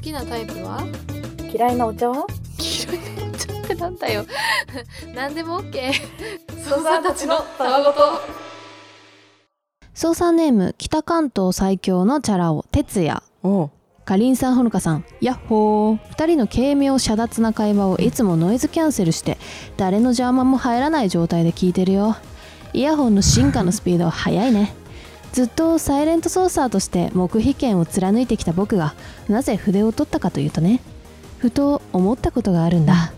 きなタイプは嫌いなお茶は黄色いのちょっとなんだよ 何でも OK ソーサーたちのたわごと操作ネーム北関東最強のチャラ男哲也おうかりんさんほのかさんやっほー2人の軽妙遮奪な会話をいつもノイズキャンセルして誰の邪魔も入らない状態で聞いてるよイヤホンの進化のスピードは速いねずっとサイレントソーサーとして黙秘権を貫いてきた僕がなぜ筆を取ったかというとねふと思ったことがあるんだ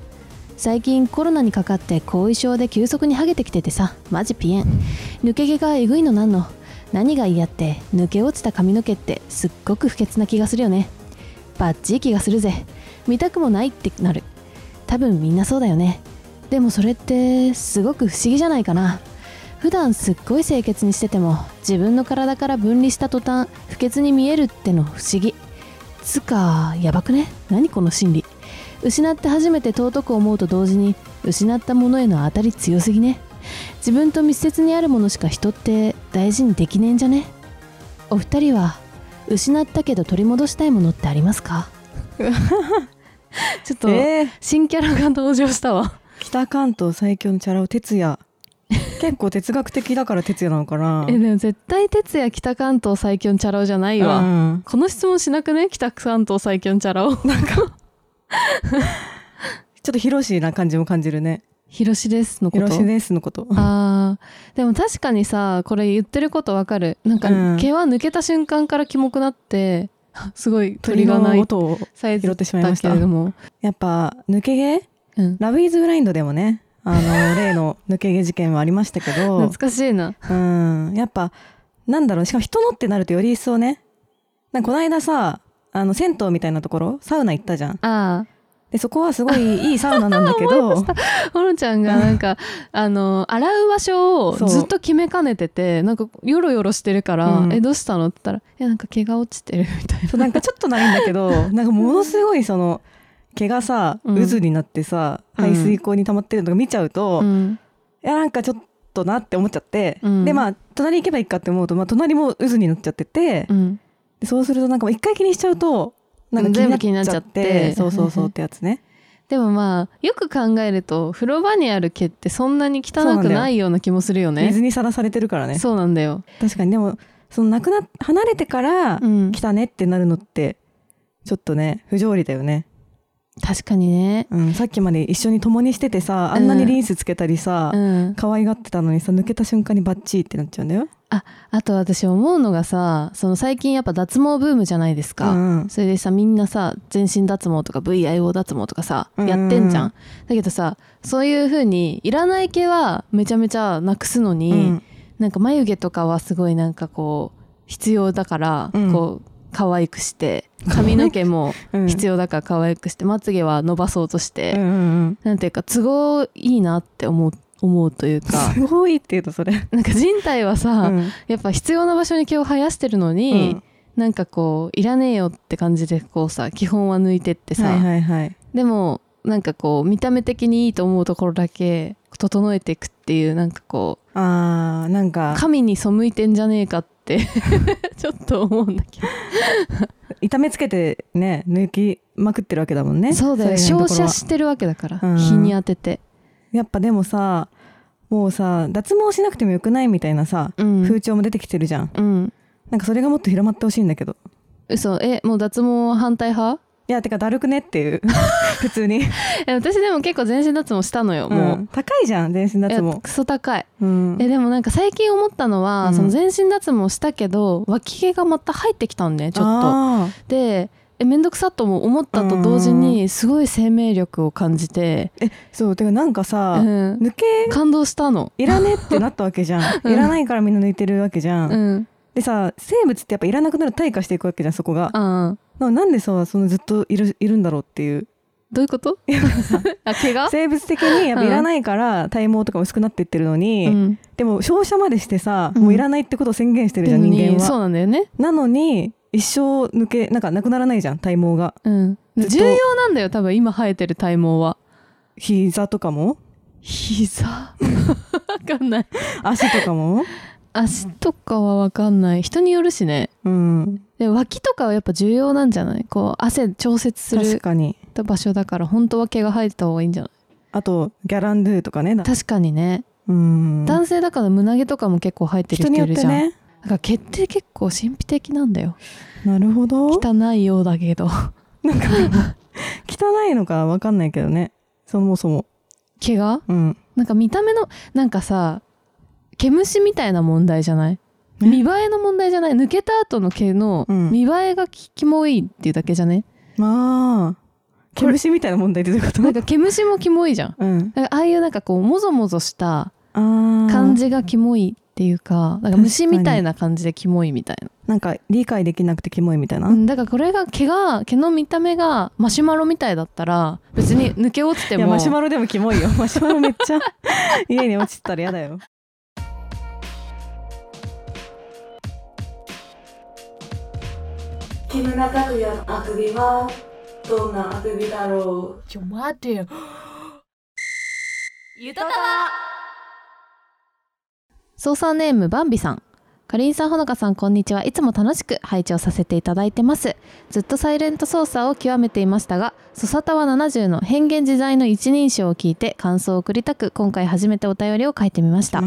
最近コロナにかかって後遺症で急速にハゲてきててさマジピエン抜け毛がえぐいのなんの何が嫌って抜け落ちた髪の毛ってすっごく不潔な気がするよねバッチリ気がするぜ見たくもないってなる多分みんなそうだよねでもそれってすごく不思議じゃないかな普段すっごい清潔にしてても自分の体から分離した途端不潔に見えるっての不思議つかやばくね何この心理失って初めて尊く思うと同時に失ったものへの当たり強すぎね自分と密接にあるものしか人って大事にできねえんじゃねお二人は失ったけど取り戻したいものってあります かちょっと、えー新キャラが登場したわ北関東最強のチャラ男哲 也結構哲学的だから哲也なのかなえでも絶対哲也北関東最強のチャラ男じゃないわ、うんこの質問しなくね北関東最強のチャラ 男ちょっと広しな感じも感じるね広しですのこと広しですのことあーでも確かにさこれ言ってることわかるなんか、うん毛は抜けた瞬間からキモくなって すごい鳥鳥がの鳴い音をサイズ拾ってしまいましただけれども、やっぱ抜け毛うん、ラブイズブラインドでもねあ の例の抜け毛事件はありましたけど懐かしいなうんやっぱなんだろうしかも人のってなるとより一層ねなんかこの間さあの銭湯みたいなところサウナ行ったじゃんあでそこはすごいいいサウナなんだけ どあほのちゃんがなん かあの洗う場所をそうずっと決めかねててなんかヨロヨロしてるから「うんえどうしたの?」って言ったら「いやなんか毛が落ちてる」みたいなそうなんかちょっとないんだけど なんかものすごいその毛がさうん渦になってさ、うん排水溝に溜まってるのとか見ちゃうと、いん、やなんかちょっとなって思っちゃって、うんでまあ隣行けばいいかって思うと、まあ、隣も渦になっちゃってて、うん、でそうするとなんかもう一回気にしちゃうとなんか気になっちゃっ全部気になっちゃっててそうそうそうってやつね。でもまあよく考えると風呂場にある毛ってそんなにそう汚なんくだよないような気もするよね水にさらされてるからねそうなんだよ、確かにでもそのなくな離れてからうん来たねってなるのってちょっとね不条理だよね、確かにねうん、さっきまで一緒に共にしててさあんなにリンスつけたりさ、うん可愛がってたのにさ抜けた瞬間にバッチリってなっちゃうんだよ。あと私思うのがさその最近やっぱ脱毛ブームじゃないですか、うんうんそれでさみんなさ全身脱毛とか VIO 脱毛とかさうんやってんじゃん、だけどさそういう風にいらない毛はめちゃめちゃなくすのに、うんなんか眉毛とかはすごいなんかこう必要だからうんこう可愛くして髪の毛もうん必要だから可愛くしてまつげは伸ばそうとして、うんうんなんていうか都合いいなって思う思うといううん、かすごいって言うとそれ、なんか人体はさ、うんやっぱ必要な場所に毛を生やしてるのに、なんかこういらねえよって感じでこうさ基本は抜いてっうてんさ、はいはいはいでもなんかこう見た目的にいいと思うところだけ整えていくっていうなんかこうあーなんか神に背いてんじゃねえかって ちょっと思うんだけど痛めつけてね抜きまくってるわけだもんねそうだよれ以外のと照ころは射してるわけだから、うん日に当てて、やっぱでもさもうさ脱毛しなくてもよくないみたいなさ、うん、風潮も出てきてるじゃんうんなんかそれがもっと広まってほしいんだけど嘘えもう脱毛反対派 いやてかだるくねっていう普通にえ私でも結構全身脱毛したのよもう、ん高いじゃん全身脱いや毛クソ高いうんえでもなんか最近思ったのは、うんその全身脱毛したけど脇毛がまた入ってきたんねちょっと。あーでえめんどくさとも思ったと同時にすごい生命力を感じて、そうてかなんかうさ、ん、抜け感動したの。いらねってなったわけじゃ うんんいらないからみんな抜いてるわけじゃん、うん、でさ生物ってやっぱいらなくなる退化していくわけじゃんそこがあーななんでさそのずっといるいるんだろうっていうどういうこと あ怪我、生物的にやっぱいらないから体毛とか薄くなっていってるのに、うん、でも照射までしてさ、うんもういらないってことを宣言してるじゃんでもね人間そうはなんだよね、なのに一生抜けなんかなくならないじゃん体毛がうん、ずっと重要なんだよ多分今生えてる体毛は。膝とか も膝わかんない足とかも足とかはわかんない人によるしねうん、で脇とかはやっぱ重要なんじゃないこう汗調節す確るかに場所だから本当は毛が生えた方がいいんじゃないあとギャランドゥとかねだ確かにね、うん男性だから胸毛とかも結構生えてる人人によいっるてじゃん、ねだから毛って結構神秘的なんだよなるほど汚いようだけど なんか汚いのかわかんないけどねそもそも毛がうんなんか見た目のなんかさ毛虫みたいな問題じゃない見栄えの問題じゃない抜けた後の毛のうん見栄えがきキモいっていうだけじゃね、まあ毛虫みたいな問題ってどういうことなんか毛虫もキモいじゃんうんなんかああいうなんかこうもぞもぞしたあー感じがキモいっていうかなんか虫みたいな感じでキモいみたいななんか理解できなくてキモいみたいな、うん、だからこれが毛が毛の見た目がマシュマロみたいだったら別に抜け落ちていやもマシュマロでもキモ いよマシュマロめっちゃ家に落ちてたら嫌だよ木村拓哉のあくびはどんなあくびだろうちょ待てよ。ゆたた操作ネームバンビさんかりんさんほのかさんこんにちはいつも楽しく拝聴させていただいてますずっとサイレント操作を極めていましたが「ソサタワ70」の変幻自在の一人称を聞いて感想を送りたく今回初めてお便りを書いてみました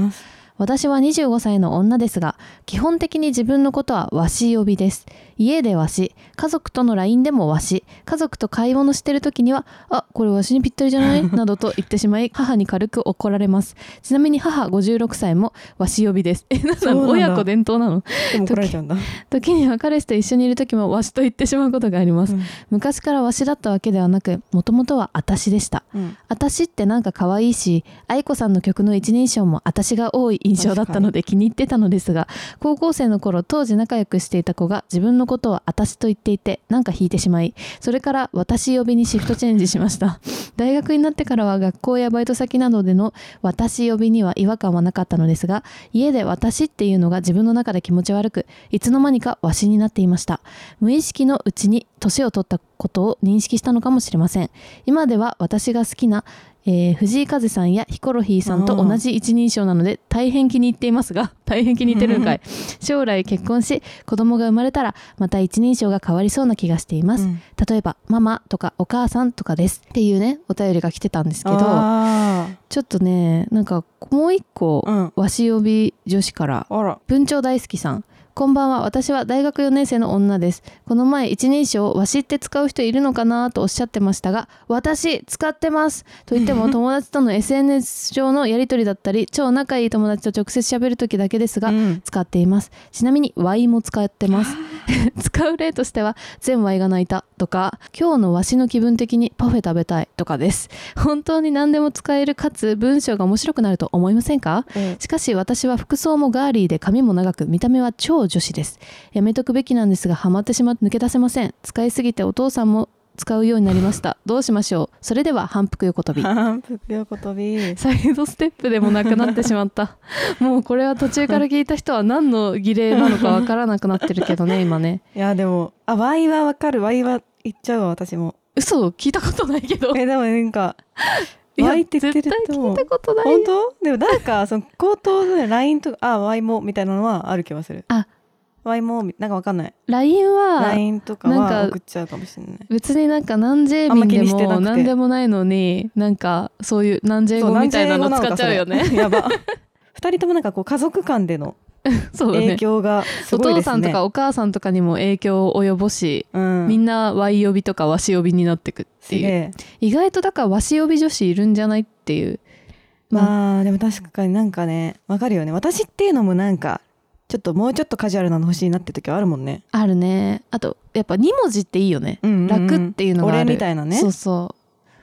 私は25歳の女ですが基本的に自分のことはわし呼びです家でわし家族との LINE でもわし家族と買い物してる時にはあこれわしにぴったりじゃないなどと言ってしまい母に軽く怒られますちなみに母56歳もわし呼びですえなんそうなんなのだ親子伝統なのでも怒られちゃうんだ、時には彼氏と一緒にいる時もわしと言ってしまうことがあります、うん昔からわしだったわけではなくもともとはあたしでしたうん私ってなんか可愛いし愛子さんの曲の一人称も私が多い印象だったので気に入ってたのですが高校生の頃当時仲良くしていた子が自分のことを私と言っていてなんか引いてしまいそれから私呼びにシフトチェンジしました大学になってからは学校やバイト先などでの私呼びには違和感はなかったのですが家で私っていうのが自分の中で気持ち悪くいつの間にかわしになっていました無意識のうちに年を取ったことを認識したのかもしれません今では私が好きな、えー藤井風さんやヒコロヒーさんと同じ一人称なので大変気に入っていますが 大変気に入ってる んかい将来結婚し子供が生まれたらまた一人称が変わりそうな気がしています、うん例えばママとかお母さんとかですっていうねお便りが来てたんですけどあちょっとねなんかもう一個、ーうんわし呼び女子からあら文鳥大好きさんこんばんは私は大学4年生の女ですこの前一人称をわしって使う人いるのかなとおっしゃってましたが私使ってますと言っ ても友達との SNS 上のやり取りだったり超仲いい友達と直接喋る時だけですが、うん使っていますちなみに「Y」も使ってます 使う例としては「全 Y が泣いた」とか「今日のわしの気分的にパフェ食べたい」とかです本当に何でも使えるかつ文章が面白くなると思いませんかしかし私は服装もガーリーで髪も長く見た目は超女子ですやめとくべきなんですがハマってしまって抜け出せません使いすぎてお父さんも使うようになりましたどうしましょうそれでは反復横跳び反復横跳びサイドステップでもなくなってしまった もうこれは途中から聞いた人は何の儀礼なのかわからなくなってるけどね今ねいやでもあワイはわかるワイは言っちゃうわ私も嘘を聞いたことないけど えでもなんかいやワイって言ってる絶人対聞もいたことない本当でもなんかその口頭で LINE とかあワイもみたいなのはある気はするあワイもみなんかわかんない LINE は LINE とかなはんか送っちゃうかもしれない別になんか何 J あん民ま気でにしてなくもて何でもないのになんかそういう何 J そう語みたいなの何使っちゃうよね時英語なのか それ やば二人ともなんかこう家族間でのそうだね影響がすおごい父ですねさんとかお母さんとかにも影響を及ぼし、うんみんな Y 呼びとかわし呼びになってくっすてげいうえ意外とだからわし呼び女子いるんじゃないっていうまあでも確かになんかねわかるよね私っていうのもなんかちょっともうちょっとカジュアルなの欲しいなって時はあるもんねあるねあとやっぱ2文字っていいよね、うんうんうん楽っていうのがある俺みたいなねそうそう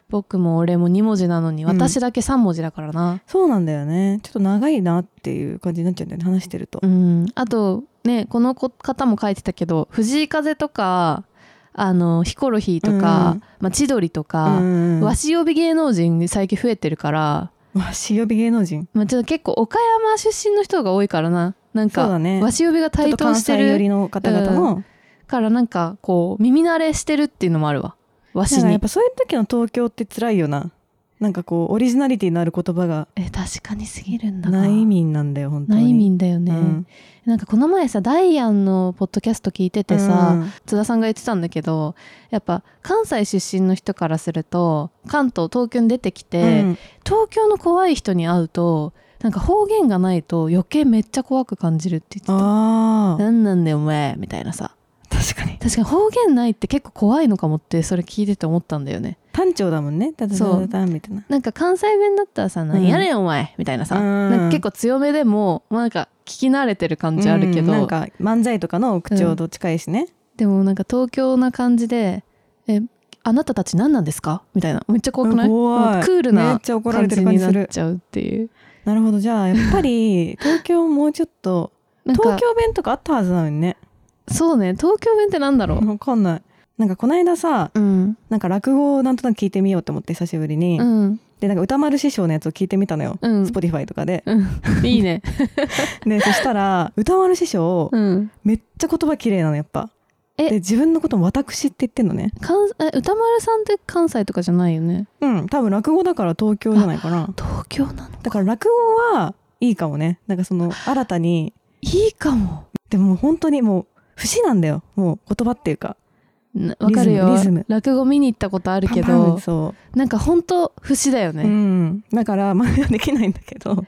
僕も俺も2文字なのにうん私だけ3文字だからなそうなんだよねちょっと長いなっていう感じになっちゃうんだよね話してるとうん、あとねこの子方も書いてたけど藤井風とかあのヒコロヒーとうか、んまあ、千鳥とうんか、うんうんわし呼び芸能人に最近増えてるからわし呼び芸能人まあ、ちょっと結構岡山出身の人が多いからななんそうだか、ねわし呼びがちょっ台と頭関して西寄りるの方々の、からなんかこう耳慣れしてるっていうのもあるわわしなんかやにっぱそういう時の東京って辛いよななんかこうオリジナリティのある言葉がえ確かにすぎるんだがない意味なんだよ本当にない意味だよね、うんなんかこの前さダイアンのポッドキャスト聞いててさ、津田さんが言ってたんだけどやっぱ関西出身の人からすると関東東京に出てきうて、んうん東京の怖い人に会うとなんか方言がないと余計めっちゃ怖く感じるって言ってああた「なんなんだよお前」みたいなさ確かに確かに方言ないって結構怖いのかもってそれ聞いてて思ったんだよね単調だもんねタタタタタンみたいななんか関西弁だったらさ「なんやねんお前」みたいなさ、うんなんか結構強めでも、まあ、なんか聞き慣れてる感じあるけうんど、なんか漫才とかの口調と近いしね、でもなんか東京な感じで「えあなたたち何なんですか?」みたいなめっちゃ怖くないうん怖いなんかクールめっなちゃ怒られ感てじる感にじすなっるちゃうっていうなるほどじゃあやっぱ り東京もうちょっとなんか東京弁とかあったはずなのにねそうね東京弁ってなんだろうわかんないなんかこないださうんなんか落語をなんとなく聞いてみようと思って久しぶりに、うんでなんか歌丸師匠のやつを聞いてみたのよ、うん Spotify とかでうんいい ねでそした ら歌丸師匠、うんめっちゃ言葉綺麗なのやっぱえで自分のことも私って言ってんのね関え歌丸さんって関西とかじゃないよねうん多分落語だから東京じゃないかな東京なのだから落語はいいかもねなんかその新たにいいかもでももう本当にもう節なんだよもう言葉っていうかなわかるよリズムリズム落語見に行ったことあるけパンパどンそなんか本当節だよう、ね、うん、だから真似はできないんだけど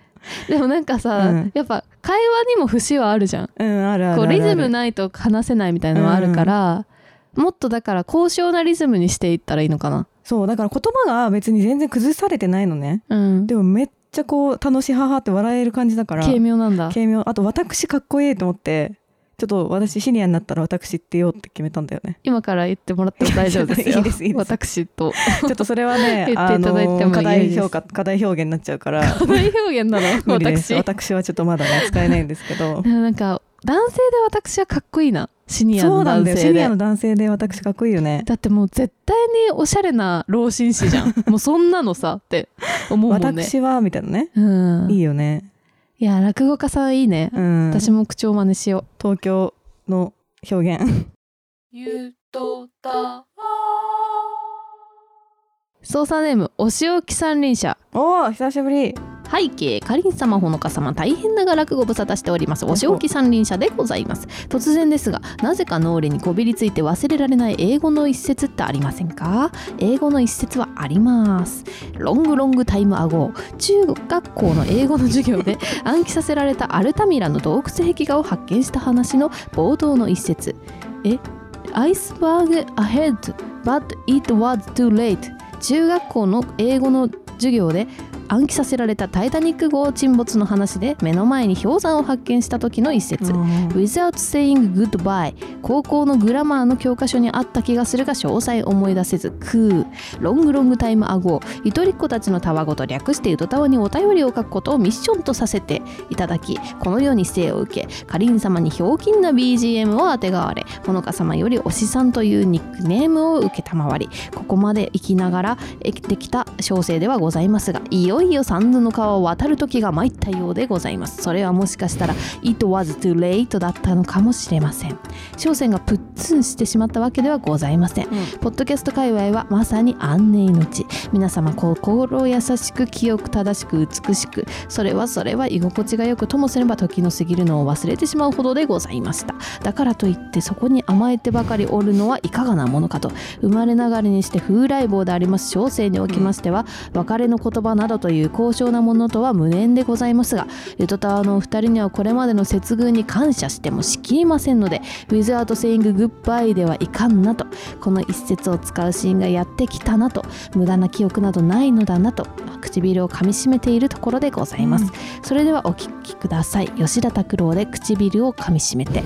でもなんかさ、うんやっぱ会話にも節はあるじゃんうんあるあるあこうるあるリズムないと話せないみたいなのはあるから、もっとだから高尚なリズムにしていったらいいのかな。そうだから言葉が別に全然崩されてないのねうん、でもめっちゃこう楽しいははって笑える感じだから軽妙なんだ。軽妙あと私かっこいいと思ってちょっと私シニアになったら私って言おうって決めたんだよ ね今から言ってもらっても大丈夫です よ。いいですいいです私と。ちょっとそれはね言っていただいてもあの課いい題です評価課題表現になっちゃう から課題表現なの 無理です私。で私はちょっとまだね使えないんですけどもなんか男性で私はかっこいいな。 シニアそうのなん男だよ性シニでアの。男性で私かっこいいよねだってもう絶対におしゃれな老紳士じ ゃん。もうそんなのさって 思うもんね。私はみたいなねうん、いいいよねや落語家さんいいね。うん私も口調真似しよ東京の表現ゆとたわう。操作ネームお仕置き三輪車。 おお久しぶり背景かりん様ほのか様大変なが落語無沙汰しておりますお仕置き三輪車でございます突然ですがなぜか脳裏にこびりついて忘れられない英語の一節ってありませんか英語の一節はありますロングロングタイムアゴー中学校の英語の授業で 暗記させられたアルタミラの洞窟壁画を発見した話の冒頭の一節えアイスバーグ ahead but it was too late 中学校の英語の授業で暗記させられた「タイタニック号沈没」の話で目の前に氷山を発見した時の一節「Without saying goodbye」高校のグラマーの教科書にあった気がするが詳細思い出せず「クー」「ロングロングタイムアゴー」「ゆとりっ子たちのたわごと略してゆとたわにお便りを書くことをミッションとさせていただきこのように生を受けかりん様にひょうきんな BGM をあてがわれほのか様よりおしさんというニックネームを承りここまで生きながらえできた小生ではございますがいよいよ三途の川を渡る時が参ったようでございますそれはもしかしたら「It was too late」だったのかもしれません小生がプッツンしてしまったわけではございません、ポッドキャスト界隈はまさに安寧の地皆様心優しく清く正しく美しくそれはそれは居心地がよくともすれば時の過ぎるのを忘れてしまうほどでございましただからといってそこに甘えてばかりおるのはいかがなものかと生まれながらにして風来坊であります小生におきましては、別れの言葉などという高尚なものとは無縁でございますがゆとたわのお二人にはこれまでの接遇に感謝してもしきりませんので「Without Saying Goodbye」ではいかんなとこの一節を使うシーンがやってきたなと無駄な記憶などないのだなと唇を噛みしめているところでございます、うんそれではお聞きください吉田拓郎で唇を噛みしめて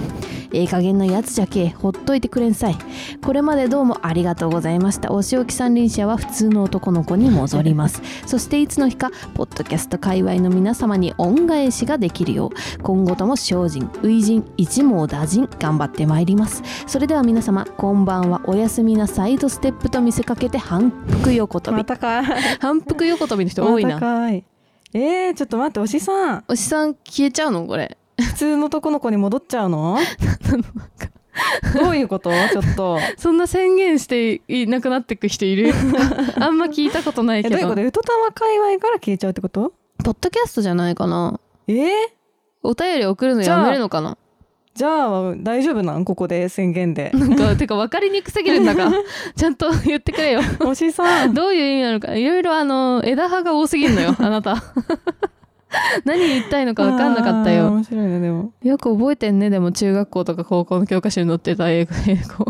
ええ加減なやつじゃけえほっといてくれんさいこれまでどうもありがとうございましたお仕置き三輪車は普通の男の子に戻りますそしていつの日かポッドキャスト界隈の皆様に恩返しができるよう今後とも精進初陣一網打尽頑張ってまいりますそれでは皆様こんばんはおやすみなさいとステップと見せかけて反復横跳びまたかい反復横跳びの人多いまなたかいえー、ちょっと待っておしさ んおしさん消えちゃうのこれ普通の男の子に戻っちゃうのなんかどういうことちょっと。そんな宣言していなくなってく人いる あんま聞いたことないえけどうど。いうことウトタマ界隈から消えちゃうってことポッドキャストじゃないかなえー、お便り送るのやめるのかなじゃあ大丈夫なんここで宣言で なんかてか分かりにくすぎるんだ がちゃんと言ってくれよ推しさん。どういう意味なのかいろいろあの枝葉が多すぎるの よあなた 何言いたいのか分かんなかったあーよ面白いねでも。よく覚えてんねでも中学校とか高校の教科書に載ってた英語英語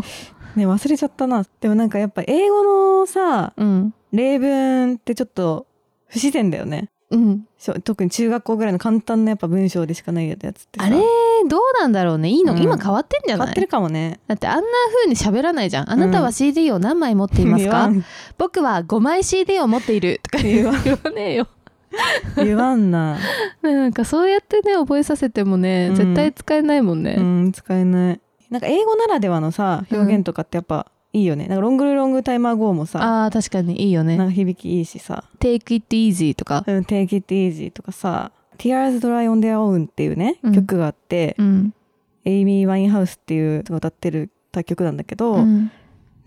ね忘れちゃったな。でもなんかやっぱ英語のさうん例文ってちょっと不自然だよね。うんそう特に中学校ぐらいの簡単なやっぱ文章でしかないやつってさあれどうなんだろうねいいの、うん今変わってんじゃ変わなっいてるかもね。だってあんな風に喋らないじゃんあなたは CD を何枚持っていますか、 言僕は5枚 CD を持っているとか言わ言わねえよわん言わんな。ねなんかそうやってね覚えさせてもね、うん絶対使えないもんね、うん使えない。なんか英語ならではのさ表現とかってやっぱいいよね。なんかロングロングタイマー GO もさあー確かにいいよなんねか響きいいしさ。 「Take it easy」とかうん、Take It Easy とかさ Tears Dry on Their Own っていうね、うん曲があって、うんエイミー・ワインハウスっていう人が歌ってる楽曲なんだけど、うん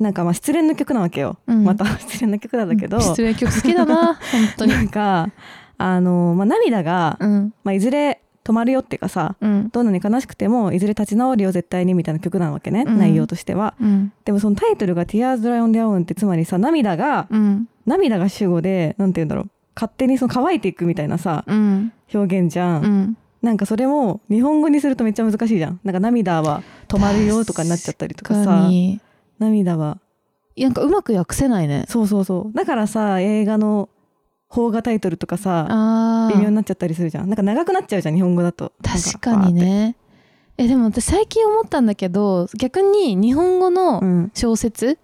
なんかまあ失恋の曲なわけよ、うんまた失恋の曲なん だけど、失礼曲好きだ な本当になんかあの、まあ、涙が、うんまあ、いずれ止まるよっていうかさうんどんなに悲しくてもいずれ立ち直るよ絶対にみたいな曲なわけね、うん内容としてはうんでもそのタイトルが「Tears Dry on Their Own」ってつまりさ涙がうん涙が主語でなんて言うんだろう勝手にその乾いていくみたいなさうん表現じゃんうんなんかそれも日本語にするとめっちゃ難しいじゃん。なんか涙は止まるよとかになっちゃったりとか確かさ、に涙は。なんかうまく訳せないねそうそうそう。だからさ、映画の邦画タイトルとかさ、あ微妙ーになっちゃったりするじゃん。なんか長くなっちゃうじゃん、日本語だと。確かにねえでも私最近思ったんだけど逆に日本語のなんか。小説、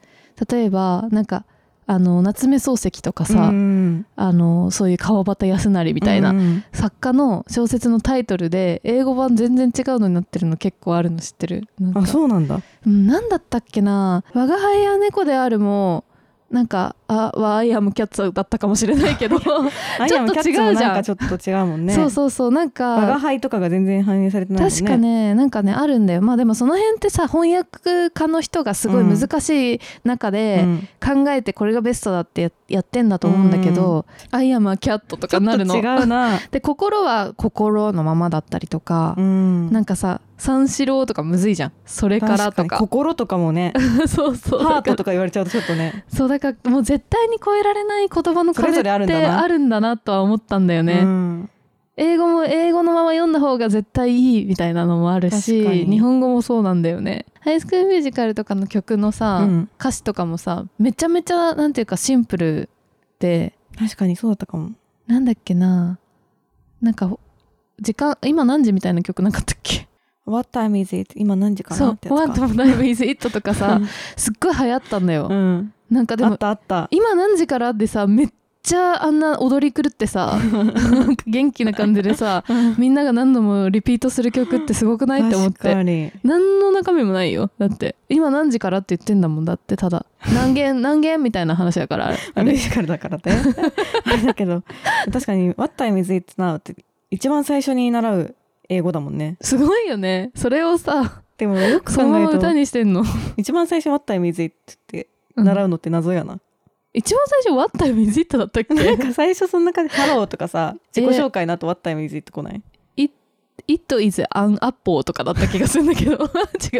例えばなんかあの夏目漱石とかバーってうん。さ、うんあのそういう川端康成みたいな、うんうん作家の小説のタイトルで英語版全然違うのになってるの結構あるの知ってるなんかあ、そうなんだ。うんなんだったっけな「我が輩や猫である」もなんか「あはアイアムキャッツ」だったかもしれない けど、アイアムキャッツもなんかちょっと違うもんね。そうそうそうなん我がか輩とかが全然反映されてないもんね。確かねなんかねあるんだよまあでもその辺ってさ翻訳家の人がすごい難しい中で、うん。考えてこれがベストだってややってんだと思うんだけど「アイアムはキャット」とちかょっ なるとの。違うな。で心は心のままだったりとか、うんなんかさ三四郎とかむずいじゃんそれからと確かに心とかもね、そう そうハーだかトらとか言われちゃうとちょっとね。そうだからもう絶対に超えられない言葉の壁それっぞてれあるんだなあるんだなとは思ったんだよね、うん英語も英語のまま読んだ方が絶対いいみたいなのもあるし確かに日本語もそうなんだよねハイスクールミュージカルとかの曲のさ、うん歌詞とかもさめちゃめちゃなんていうかシンプルで確かにそうだったかも。なんだっけななんか時間今何時みたいな曲なかったっけ What time is it? 今何時かそなっう「てやつか。ワンともダイブイズイット」とかさすっごい流行ったんだよ、うん。なんかであもったあった。今何時からってさめっちゃあんな踊り狂って さなんか元気な感じでさみんなが何度もリピートする曲ってすごくないって思っ確かてに。何の中身もないよだって今何時からって言ってんだもんだってただ何件 何件みたいな話やからあれあミューれジカルだからね。 あれだけど、確かに What time is it now? って一番最初に習う英語だもんね。すごいよねそれをさでもよくそのまま考え歌たにしてんの、一番最初 What time is it? ってうん 習うのって謎やな。一番最初「What time is it?」だったっなんけか最初そん な感じ、ハローとかさ、自己紹介の後 What time is it? 来ない。 「It is an apple」とかだった気がするんだけど 違う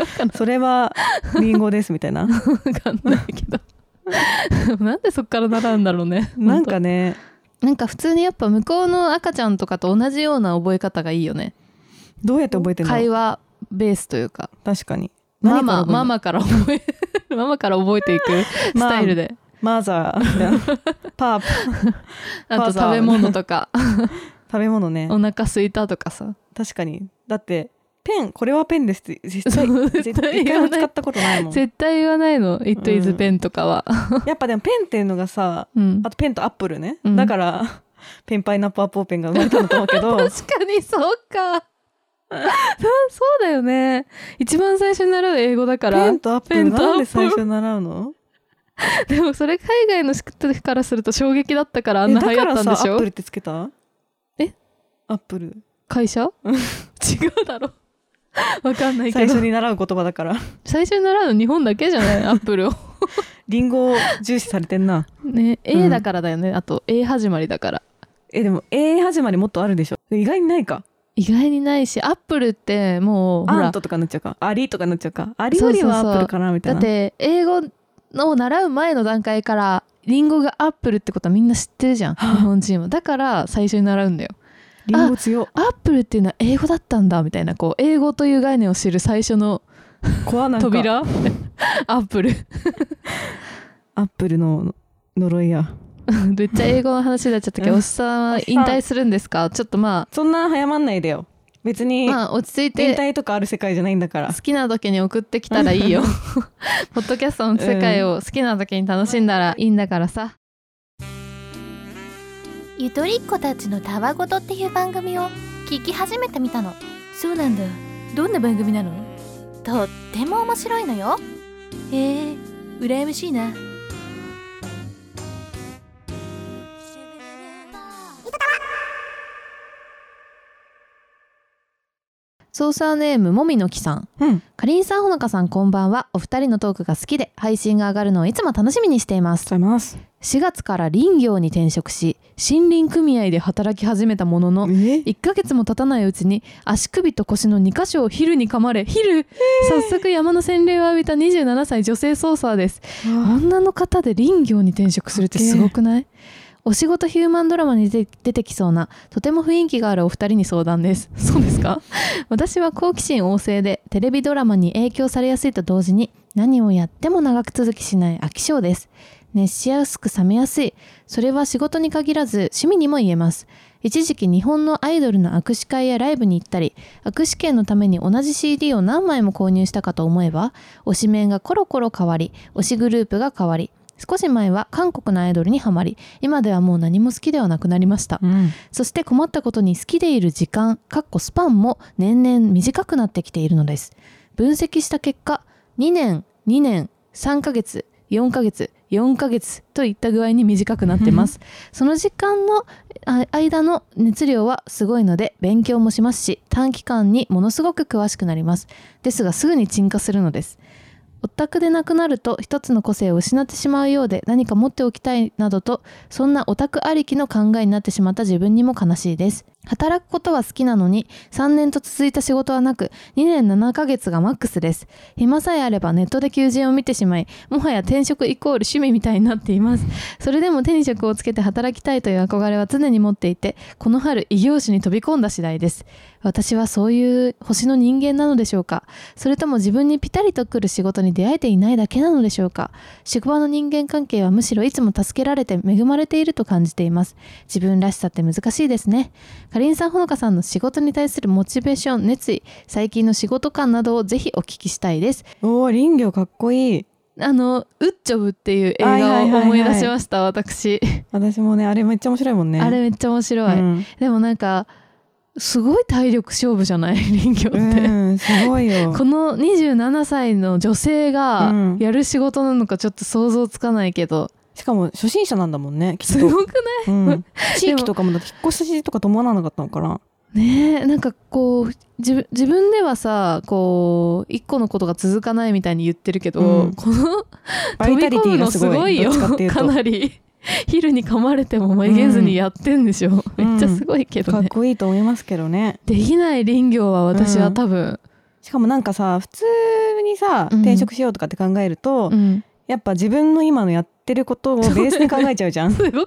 かなそれはリンゴですみた いな。わかんないけどなんでそっから習うんだろうねなんかね、なんか普通にやっぱ向こうの赤ちゃんとかと同じような覚え方がいいよねどうやって覚えてる会の話ベースというか確かに。マ何からマ覚えるママから覚え ママから覚え ていくスタイルで、マザーみたいな。 パープ。あ、とファザ食ーべ物と か食べ物ねお。腹空いたとかさ確かに。だって、ペン、これはペンですって、絶対、そう絶絶対対一回も使ったことないもん。絶対言わないの「It is うん pen」とかはやっぱでもペンっていうのがさ、うんあとペンとアップルね。うんだから、ペンパイナップアップルペンが生まれたんだと思うけど、 確かにそうか そうそうだよね一番最初に習う英語だからペンとアップペルンとアップルなんで最初習うのでもそれ海外の人からすると衝撃だったからあんえなだ流か行っらたんさ、アでしッょプルってつけたえアップル。会社違うだろわかんないけ最ど初に習う言葉だから最初に習うの日本だけじゃ ないアップルをリンゴを重視されてんなねう A んだからだよね、あと A 始まりだからえでも A 始まりもっとあるでしょ意外にないか意外にないしアップルってもうほアらントとかになっちゃうかアリとかになっちゃうかアリよりはアそうそうそうップルかなみたいだっなて英語を習う前の段階からリンゴがアップルってことはみんな知ってるじゃん日本人はだから最初に習うんだよリンゴ強アップルっていうのは英語だったんだみたいなこう英語という概念を知る最初の怖なんか扉 アップル アップルの呪いやめっちゃ英語の話になっちゃったけどおっさんは引退するんですかちょっとまそんな早まんないでよ別あにまあ落ち着い連て帯とかある世界じゃないんだから好きな時に送ってきたらいいよ ポッドキャストの世界を好きな時に楽しんだらいいんだからさゆとりっ子たちのたわごとっていう番組を聞き始めてみたのそうなんだどんな番組なのとっても面白いのよへえ羨ましいなソーサーネームもみのきさんうんかりんさんほのかさんこんばんはお二人のトークが好きで配信が上がるのをいつも楽しみにしていますざいます4月から林業に転職し森林組合で働き始めたもののえ1ヶ月も経たないうちに足首と腰の2箇所をヒルに噛まれヒル、早速山の洗礼を浴びた27歳女性ソーサーです女の方で林業に転職するってすごくないお仕事ヒューマンドラマに出て出てきそうなとても雰囲気があるお二人に相談ですそうですか私は好奇心旺盛でテレビドラマに影響されやすいと同時に何をやっても長く続きしない飽き性です熱しやすく冷めやすいそれは仕事に限らず趣味にも言えます一時期日本のアイドルの握手会やライブに行ったり握手券のために同じ CD を何枚も購入したかと思えば推し面がコロコロ変わり推しグループが変わり少し前は韓国のアイドルにはまり今ではもう何も好きではなくなりましたうんそして困ったことに好きでいる時間かっこスパンも年々短くなってきているのです分析した結果2年2年3ヶ月4ヶ月4ヶ月といった具合に短くなってますその時間のあ間の熱量はすごいので勉強もしますし短期間にものすごく詳しくなりますですがすぐに沈下するのですオタクでなくなると一つの個性を失ってしまうようで何か持っておきたいなどとそんなオタクありきの考えになってしまった自分にも悲しいです働くことは好きなのに3年と続いた仕事はなく2年7ヶ月がマックスです暇さえあればネットで求人を見てしまいもはや転職イコール趣味みたいになっていますそれでも手に職をつけて働きたいという憧れは常に持っていてこの春異業種に飛び込んだ次第です私はそういう星の人間なのでしょうかそれとも自分にピタリとくる仕事に出会えていないだけなのでしょうか職場の人間関係はむしろいつも助けられて恵まれていると感じています自分らしさって難しいですねかりんさんほのかさんの仕事に対するモチベーション熱意最近の仕事感などをぜひお聞きしたいですおー林業かっこいいあのウッジョブっていう映はいは画いはいをはい思い出しました、私、私もねあれめっちゃ面白いもんねあれめっちゃ面白い、うんでもなんかすごい体力勝負じゃない 林業って、うんすごいよ この27歳の女性がうんやる仕事なのかちょっと想像つかないけど、しかも初心者なんだもんねきっすとごく うん、地域とかもだって引っ越しとか伴わなかったのかなねえなんかこう自分自分ではさこう一個のことが続かないみたいに言ってるけど、うんこのバ飛イびタリテ込むィのがすすごごいいよどっちかっていうとかなり昼に噛まれてもめげずにやってんでしょ、うんめっちゃすごいけどかっね、こいいと思いますけどねできない林業は私は多分、しかもなんかさ普通にさうん転職しようとかって考えると、うんやっぱ自分の今のやってることをベースに考えちゃう じゃんすごくない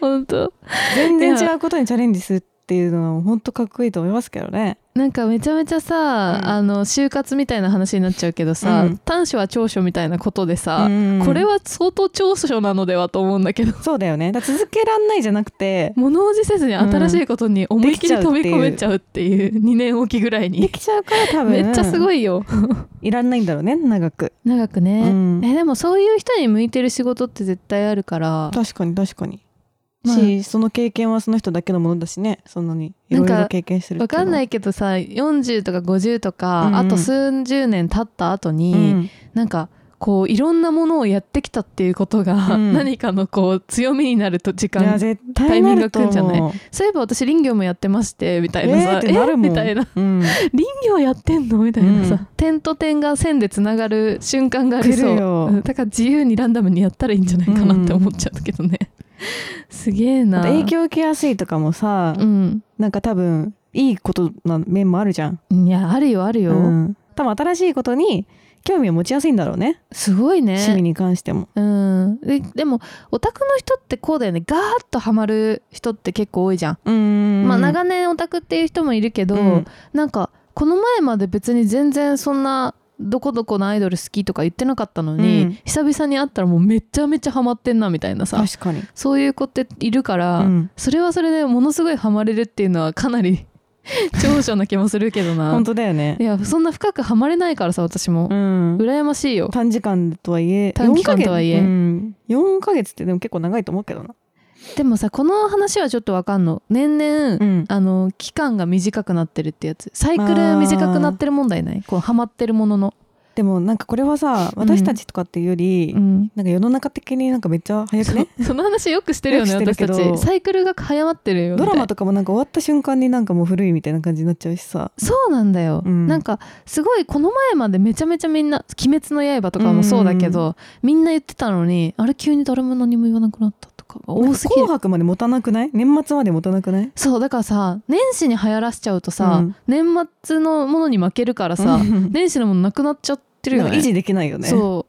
本当全然違うことにチャレンジするっていうのは本当かっこいいと思いますけどねなんかめちゃめちゃさ、うんあの就活みたいな話になっちゃうけどさ、うん短所は長所みたいなことでさ、うんこれは相当長所なのではと思うんだけどそうだよねだから続けらんないじゃなくて物おじせずに新しいことに思いっきりうん飛び込めちゃうっていう2年おきぐらいでにきちゃうから多分めっちゃすごいいよいらんないんだろうね長く長くね、うんえでもそういう人に向いてる仕事って絶対あるから確かに確かに、まあしその経験はその人だけのものだしねそんなにいなんろいかろ経験してる、わかんないいけどさ40とか50とか、うんうんあと数十年経った後に、うんなんかこういろんなものをやってきたっていうことが、うん何かのこう強みになると時いや間絶対なると思うタイミングが来るんそういえば私林業もやってましてみたいなえーさっ、てなるもん、みたいなうん、林業やってんのみたいなさ、うん点と点が線でつながる瞬間がありそ来るうようんだから自由にランダムにやったらいいんじゃないかなって思っちゃうけどね、 すげえな影響受けやすいとかもさ、うんなんか多分いいことな面もあるじゃん、いやあるよあるうよ、ん、多分新しいことに興味を持ちやすいんだろうねすごいね趣味に関してもうん、ででもオタクの人ってこうだよねガーッとハマる人って結構多いじゃん、うんまあ長年オタクっていう人もいるけど、うんなんかこの前まで別に全然そんなどこどこのアイドル好きとか言ってなかったのに、うん久々に会ったらもうめちゃめちゃハマってんなみたいなさ確かにそういう子っているから、うんそれはそれでものすごいハマれるっていうのはかなり 長所な気もするけどな本当だよねいやそんな深くハマれないからさ私も、うん羨ましいよ短時間とはいえ短期間4ヶ月とはいえうん、4ヶ月ってでも結構長いと思うけどなでもさこの話はちょっとわかんの年々、んあの期間が短くなってるってやつサイクル短くなってる問題ないこうハマってるものの、でもなんかこれはさうん私たちとかっていうより、うん、なんか世の中的になんかめっちゃ早くね その話よくしてるよねよく私してたるけどちサイクルが早まってるよみたドいラマとかもなんか終わった瞬間になんかもう古いみたいな感じになっちゃうしさそうなんだよ、うんなんかすごいこの前までめちゃめちゃみんな「鬼滅の刃」とかもそうだけど、みんな言ってたのにあれ急に誰も何も言わなくなったとかが多すぎ紅る白まで持たなくない年末まで持たなくないそうだからさ年始に流行らせちゃうとさ、うん年末のものに負けるから さ、うん年始のものなくなっちゃってるよなんねか維持できないよねうそ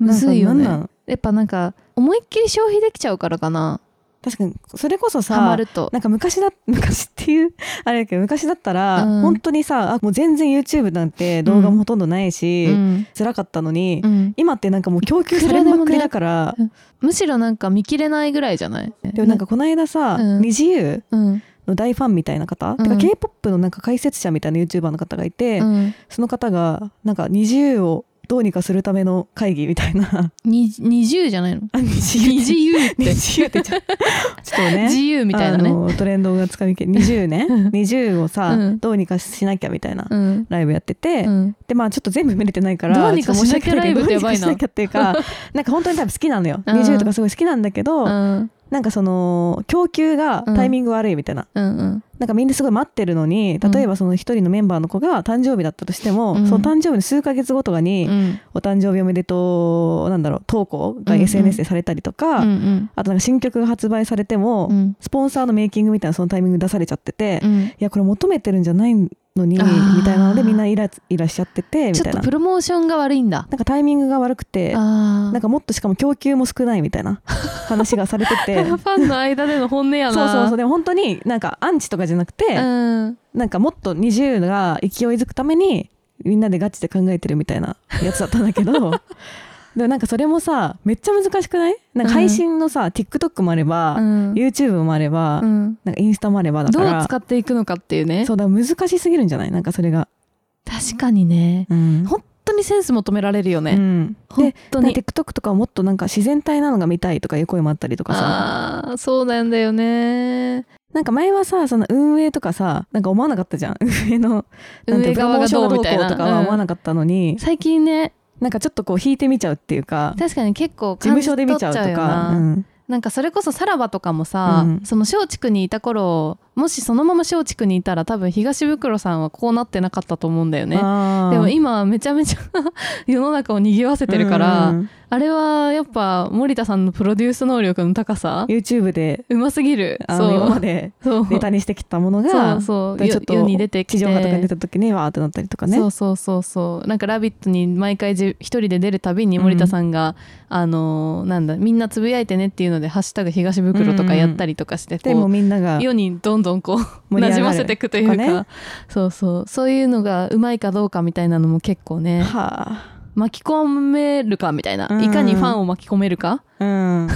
うむずいよねなんかなんなんやっぱなんか思いっきり消費できちゃうからかな確かにそれこそハマさるとなんか昔だ 昔っていうあれだけど昔だったら、うん本当にさあもう全然 YouTube なんて動画もほとんどないし、うん辛かったのに、うん今ってなんかもう供給されまくりだからいむしろなんか見切れないぐらいじゃないでもなんかこの間さ、うん二自由うんの大ファンみたいな方、てうかん K-POP のなんか解説者みたいな YouTuber の方がいて、うんその方がなんか二自由をどうにかするための会議みたいな に20じゃ ないのあ二自由自由 って二自由って言っちゃったちょっとね自由みたいなあねのトレンドがつかみきれ二十ね二十をさ、うんどうにかしなきゃみたいなうんライブやってて、うんでまあちょっと全部見れてないからどうにかちょっと申訳しなきゃライブってやばいどなうにかしなきゃっていうか なんか本当に多分好きなのようん二十とかすごい好きなんだけど、うんなんかその供給がタイミング悪いみたいな、うんなんかみんなすごい待ってるのにうん例えばその一人のメンバーの子が誕生日だったとしても、うんその誕生日の数ヶ月後とかに、うんお誕生日おめでとうなんだろう投稿がうん SNS でされたりとか、うんあとなんか新曲が発売されても、うんスポンサーのメイキングみたいなそのタイミング出されちゃってて、いうんやこれ求めてるんじゃないのにみあーたいなのでみんなイライラしちゃっててみちょたっいとなプロモーションが悪いんだなんかタイミングが悪くてあなんあかもっとしかも供給も少ないみた いな話がされててファンの間での本音やそうなそうそうでも本当になんかアンチとかじゃなくて、うんなんかもっと20が勢いづくためにみんなでガチで考えてるみたいなやつだったん だけどでもなんかそれもさめっちゃ難しくないなんか配信のさ、TikTok もあれば、うん YouTube もあれば、うんなんかインスタもあればだどからう使っていくのかっていうねそうだ難しすぎるんじゃないなんかそれが。確かにねうん本当にセンス求められるようね、ん、本で当なんにか TikTok とかはもっとなんか自然体なのが見たいとかいう声もあったりとかさああーそうなんだよねなんか前はさその運営とかさなんか思わなかったじゃん 運営のなん運て営プロ側モがーショどンうがどみうたこいうなとかは思わなかったのに、最近ねなんかちょっとこう引いてみちゃうっていうか事確かに結構感務じ所取でっ見ちちゃゃううよとなか、うんなんかそれこそさらばとかもさ、うんその松竹にいた頃もしそのまま松竹にいたら多分東袋さんはこうなってなかったと思うんだよねあーでも今めちゃめ ちゃ世の中を賑わせてるから、うんあれはやっぱ森田さんのプロデュース能力の高さ YouTube でうますぎるあの今まそう でそうネタにしてきたものそがうそうちょっと世世に出てきて地上波とかに出た時にわーってなったりとかねそうそうそうそうなんか「ラビット!」に毎回じ一人で出るたびに森田さんが、あのーなんだみんなつぶやいてねっていうので「ハッシュタグ東袋」とかやったりとかして、でこもううみんなが世にどんどんこう盛り上がなるじませていくというか、とかねそうそうそういうのがうまいかどうかみたいなのも結構ねは巻き込めるかみたいな、うんいかにファンを巻き込める か あうんなん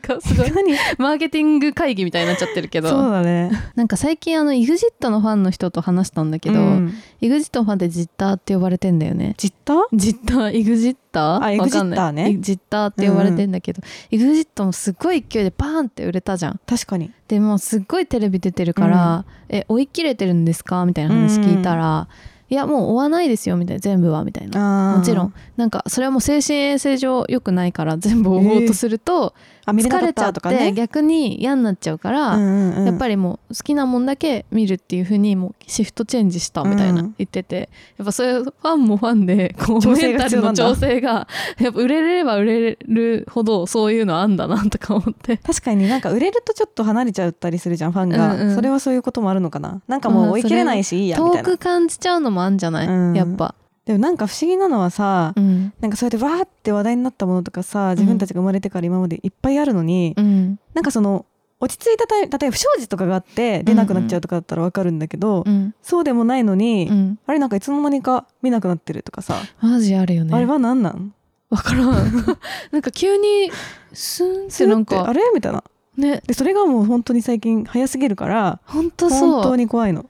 かすごい何マーケティング会議みたいになっちゃってるけそうどだねなんか最近あの EXIT のファンの人と話したんだけど、うん EXIT のファンってジッターって呼ばれてんだよね実態ジッター、エグジッターあエグジッターねわかんないエグジッターって呼ばれてんだけど、エグジットもすごい勢いでバーンって売れたじゃん。確かにでもうすっごいテレビ出てるから、え、追い切れてるんですかみたいな話聞いたら、いやもう追わないですよみたいな全部はみたいなあーもちろんなんかそれはもう精神衛生上良くないから全部追おうとすると、あ見れな疲かっれちゃたっとかねて逆に嫌になっちゃうから、やっぱりりもう好きなもんだけ見るっていう風にもうシフトチェンジしたみたいうんな言ってて、やっぱそういうファンもファンでこう調メ整ンがタ必ル要のなんだ調整がやっぱ売れれば売れるほどそういうのあんだなとか思って確かになんか売れるとちょっと離れちゃったりするじゃんファンが、うんうんそれはそういうこともあるのかななんかもう追い切れないしいいやみた遠いなく感じちゃうのもあんじゃない、うんやっぱ、でもなんか不思議なのはさ、うんなんかそうやってわーって話題になったものとかさ自分たちが生まれてから今までいっぱいあるのに、うんなんかその落ち着いたタイ例えば不祥事とかがあって出なくなっちゃうとかだったらわかるんだけど、うんそうでもないのに、うん、あれなんかいつの間にか見なくなってるとかさ、マジあるよねあれは何なんわからん なんか急にスンってなんスルッてあかれみたいなねでそれがもう本当に最近早すぎるから本当そう本当に怖いの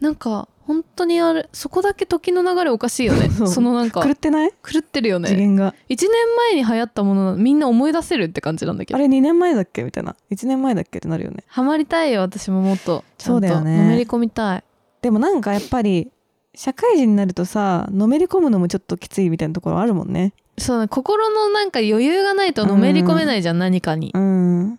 なんか本当にあれそこだけ時の流れおかしいよねそう そのなんか狂ってない狂ってるよ次ね元が1年前に流行ったものなのみんな思い出せるって感じなんだけあどれ2年前だっけみたいな1年前だっけってなるよねハマりたいよ私ももっとちゃそうんだとよねのめり込みたいでもなんかやっぱり社会人になるとさのめり込むのもちょっときついみたいなところあるもんねそうだね心のなんか余裕がないとのめり込めないじゃん、何かにうん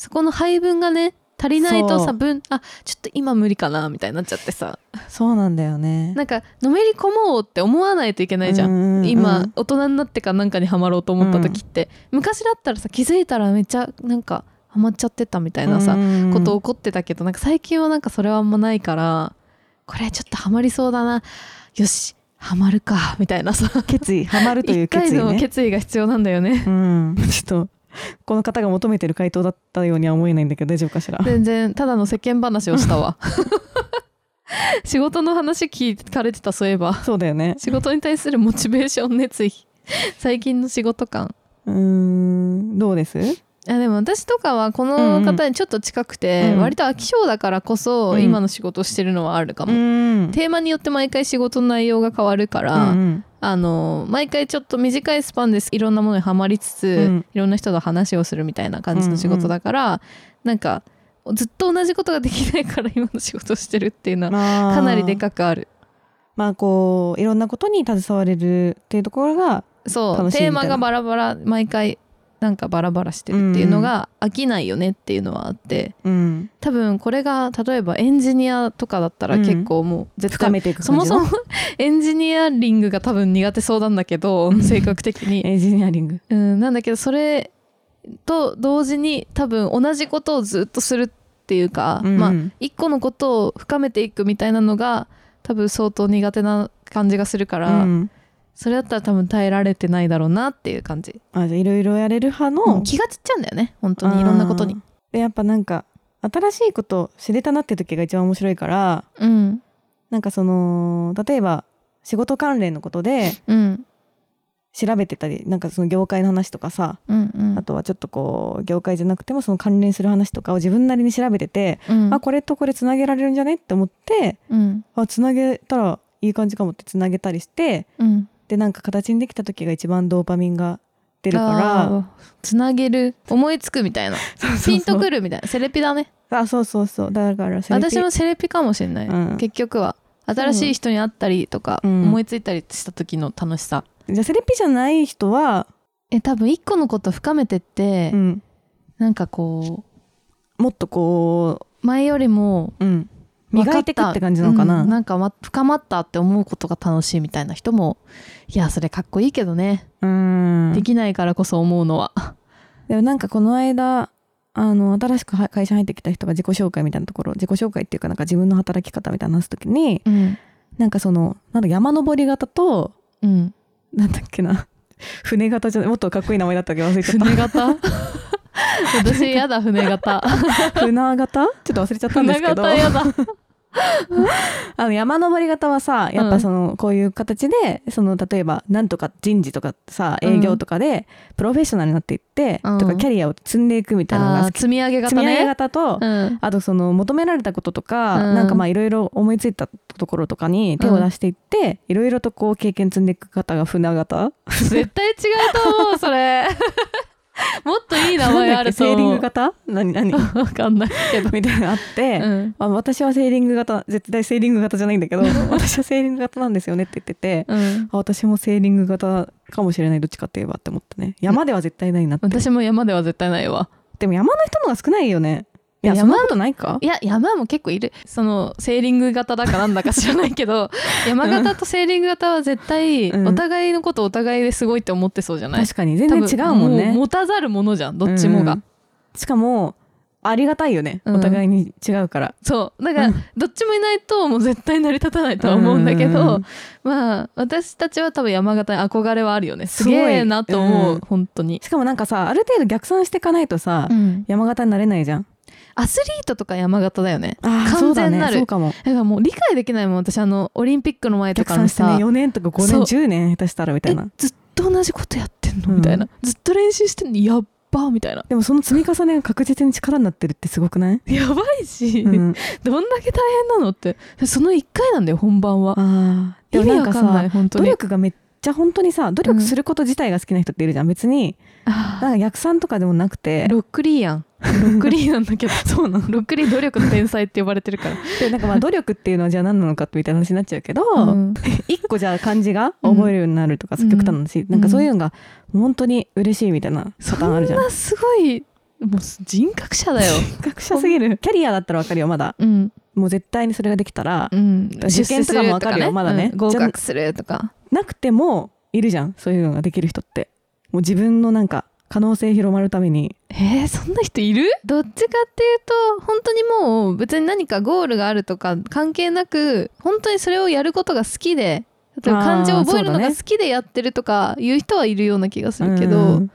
そこの配分がね足りないとそさう分あちょっと今無理かなみたいになっちゃってさそうなんだよねなんかのめり込もうって思わないといけないじゃん、ううう今、大人になってからなんかにハマろうと思った時って、昔だったらさ気づいたらめっちゃなんかハマっちゃってたみたいなさ、こと起こってたけどなんか最近はなんかそれはあんまないからこれちょっとハマりそうだなよしハマるかみたいなさ決意ハマるという一決回意のね決意が必要なんだよ ねうんちょっとこの方が求めてる回答だったようには思えないんだけど大丈夫かしら全然ただの世間話をしたわ 仕事の話聞かれてたそういえばそうだよね仕事に対するモチベーション熱意最近の仕事感うーんどうですいやでも私とかはこうんうのん方にちょっと近くて、うん割と飽き性だからこそうん今の仕事をしてるのはあるかも、んテーマによって毎回仕事の内容が変わるから、うんあの毎回ちょっと短いスパンですいろんなものにはまりつつ、うんいろんな人と話をするみたいな感じの仕事だから、なんかずっと同じことができないから今の仕事をしてるっていうのうん、はまあかなりでかくある。まあこういろんなことに携われるっていうところがそ楽うしいみたテーマいながバラバラ毎回なんかバラバラしてるっていうのが飽きないよねっていうのはあってうん多分これが例えばエンジニアとかだったらうん結構もう絶対、深めていくそ感もじそのも エンジニアリングが多分苦手そうなんだけど性格的 にエンジニアリングうん、なんだけどそれと同時に多分同じことをずっとするっていうか、うんまあ一個のことを深めていくみたいなのが多分相当苦手な感じがするから、うんそれだったら多分耐えられてないだろうなっていう感じ、あじゃあいろいろやれる派の、うん気が散っちゃうんだよね本当にいろんなことにあーでやっぱなんか新しいこと知れたなって時が一番面白いからうんなんかその例えば仕事関連のことでうん調べてたりなんかその業界の話とかさうんうんあとはちょっとこう業界じゃなくてもその関連する話とかを自分なりに調べてて、うんあこれとこれつなげられるんじゃねって思ってうんあつなげたらいい感じかもってつなげたりしてうんでなんか形にできた時が一番ドーパミンが出るからあーつなげる思いつくみたいな そうそうそうピンとくるみたいなセレピだねあそうそうそうだからセレピ私もセレピかもしれない、うん結局は新しい人に会ったりとかうん思いついたりした時の楽しさ、じゃあセレピじゃない人は、え多分一個のこと深めてって、うんなんかこもっとこう前よりもう、うん、分か磨いてくって感じなのかな、うんなんか、ま、深まったって思うことが楽しいみたいな人もいやそれかっこいいけどね、うんできないからこそ思うのはでもなんかこの間あの新しくは会社に入ってきた人が自己紹介みたいなところ自己紹介っていうかなんか自分の働き方みたいな話すときにうんなんかそのなんだ山登り型と うんなんだっけな 船型じゃないもっとかっこいい名前だったけど忘れちゃっ船型私やだ船型 た船型 ちょっと忘れちゃったんで船すけど型やだあの山登り型はさやっぱその、こういう形でその例えばなんとか人事とかさうん営業とかでプロフェッショナルになっていって、うんとかキャリアを積んでいくみたいなのが あー好き、積み上げ積型み上げね型と、うんあとその求められたこととか、うんなんかまあいろいろ思いついたところとかに手を出していって、いろいろとこう経験積んでいく方が船型 絶対違うと思うそれもっといいい名前あるとセーリン思グう。型何何わかんないけど。みたいなのあって、うん。あ私はセーリング型絶対セーリング型じゃないんだけど私はセーリング型なんですよねって言ってて、うん。あ私もセーリング型かもしれないどっちかって言えばって思ったね山では絶対ないなって、私も山では絶対ないわ。でも山の人の方が少ないよねいやいやそんなことないかいや山も結構いるそのセーリング型だかなんだか知らないけ ど山型とセーリング型は絶対うんお互いのことお互いですごいって思ってそうじゃない確かに全然違うもん多分ね持たざるものじゃんどっちもが、うんしかもありがたいよね、うんお互いに違うからそうだから、うんどっちもいないともう絶対成り立たないとは思うんだけど、うんまあ私たちは多分山型に憧れはあるよねすすごいげえなと思う、うん本当に、しかもなんかさある程度逆算していかないとさ、山型になれないじゃんアスリートとか山型だよねあ完全ーなそうだねそうるかもだからもう理解できないもん私あのオリンピックの前と逆かの算してねさ、 4年とか5そう年10年下手したらみたいなえずっと同じことやってんのうんみたいな、ずっと練習してんのやっばみたいなでもその積み重ねが確実に力になってるってすごくない、やばいし、うん、どんだけ大変なのってその1回なんだよ本番はあー意でも味なんわかかんなさい本当努に力がめっちゃ本当にさ努力すること自体が好きな人っているじゃん別にあなんか逆算とかでもなくーてロックリーやんロックリーなんだけど そうなのロックリー努力の天才って呼ばれてるからでなんかまあ努力っていうのはじゃあ何なのかみたいな話になっちゃうけど、うん一個じゃあ漢字が覚えるようになるとか、うん極端な話、なんかそういうのが本当に嬉しいみたいなパそターンあるじゃんんなすごいもう人格者だよ学者すぎるキャリアだったらわかるよまだうんもう絶対にそれができたら、うん受験とかもわかるよまだねうん合格するとかなくてもいるじゃんそういうのができる人ってもう自分のなんか可能性広まるためにえー、そんな人いるどっちかっていうと本当にもう別に何かゴールがあるとか関係なく本当にそれをやることが好きで例えばあー漢字を覚えるのそうだがね好きでやってるとかいう人はいるような気がするけど、うん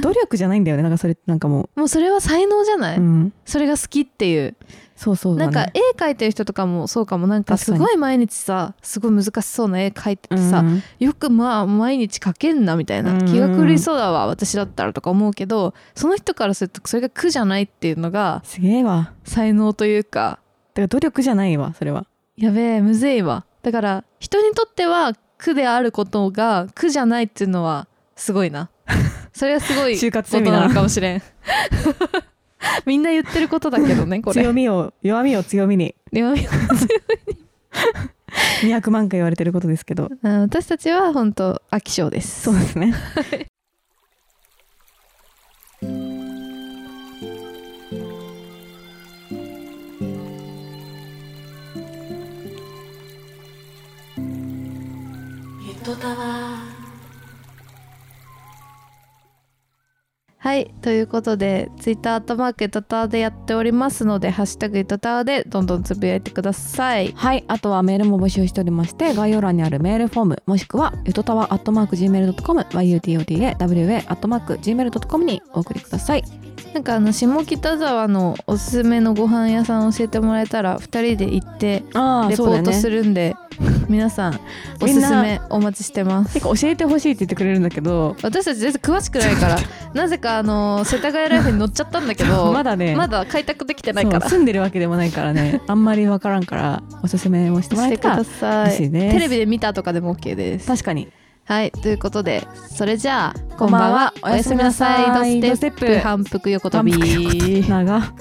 努力じゃないんだよねなんかそれってなんかももうそれは才能じゃなう、い、うんそれが好きっていう、そうそうなだねんか絵描いてる人とかもそうかもなんか確かすにごい毎日さすごい難しそうな絵描いててさ、うんよくまあ毎日描けんなみたいな、うん気が狂いそうだわ私だったらとか思うけどその人からするとそれが苦じゃないっていうのがすげえわ才能というかだから努力じゃないわそれはやべえむずいわだから人にとっては苦であることが苦じゃないっていうのはすごい なそれはすごい就こ活とセミナーなのかもしれん みんな言ってることだけどねこれ強みを弱みを強みにでも200万回言われてることです けどあ私たちは本当飽き性ですそうですねヘッドタワーはいということでツイッターとマークエトタワーでやっておりますので「ハッシュタグエトタワー」でどんどんつぶやいてくださいはいあとはメールも募集しておりまして概要欄にあるメールフォームもしくはゆとたわ .gmail.com yutodawa.gmail.com にお送りくださいなんかあの下北沢のおすすめのご飯屋さん教えてもらえたら2人で行ってあレポートするるんで、皆さんおすすめお待ちしてます結構教えてほしいって言ってくれるんだけど私たち全然詳しくないから なぜかあの世田谷ライフに乗っちゃったんだけどまだねまだ開拓できてないからそう住んでるわけでもないから ねあんまりわからんからおすすめもしてもらしえてくたらださ嬉いしいですテレビで見たとかでも OK です確かにはいということでそれじゃあこんばんはおやすみなさいドステップドステップ反復横跳び反復横跳び長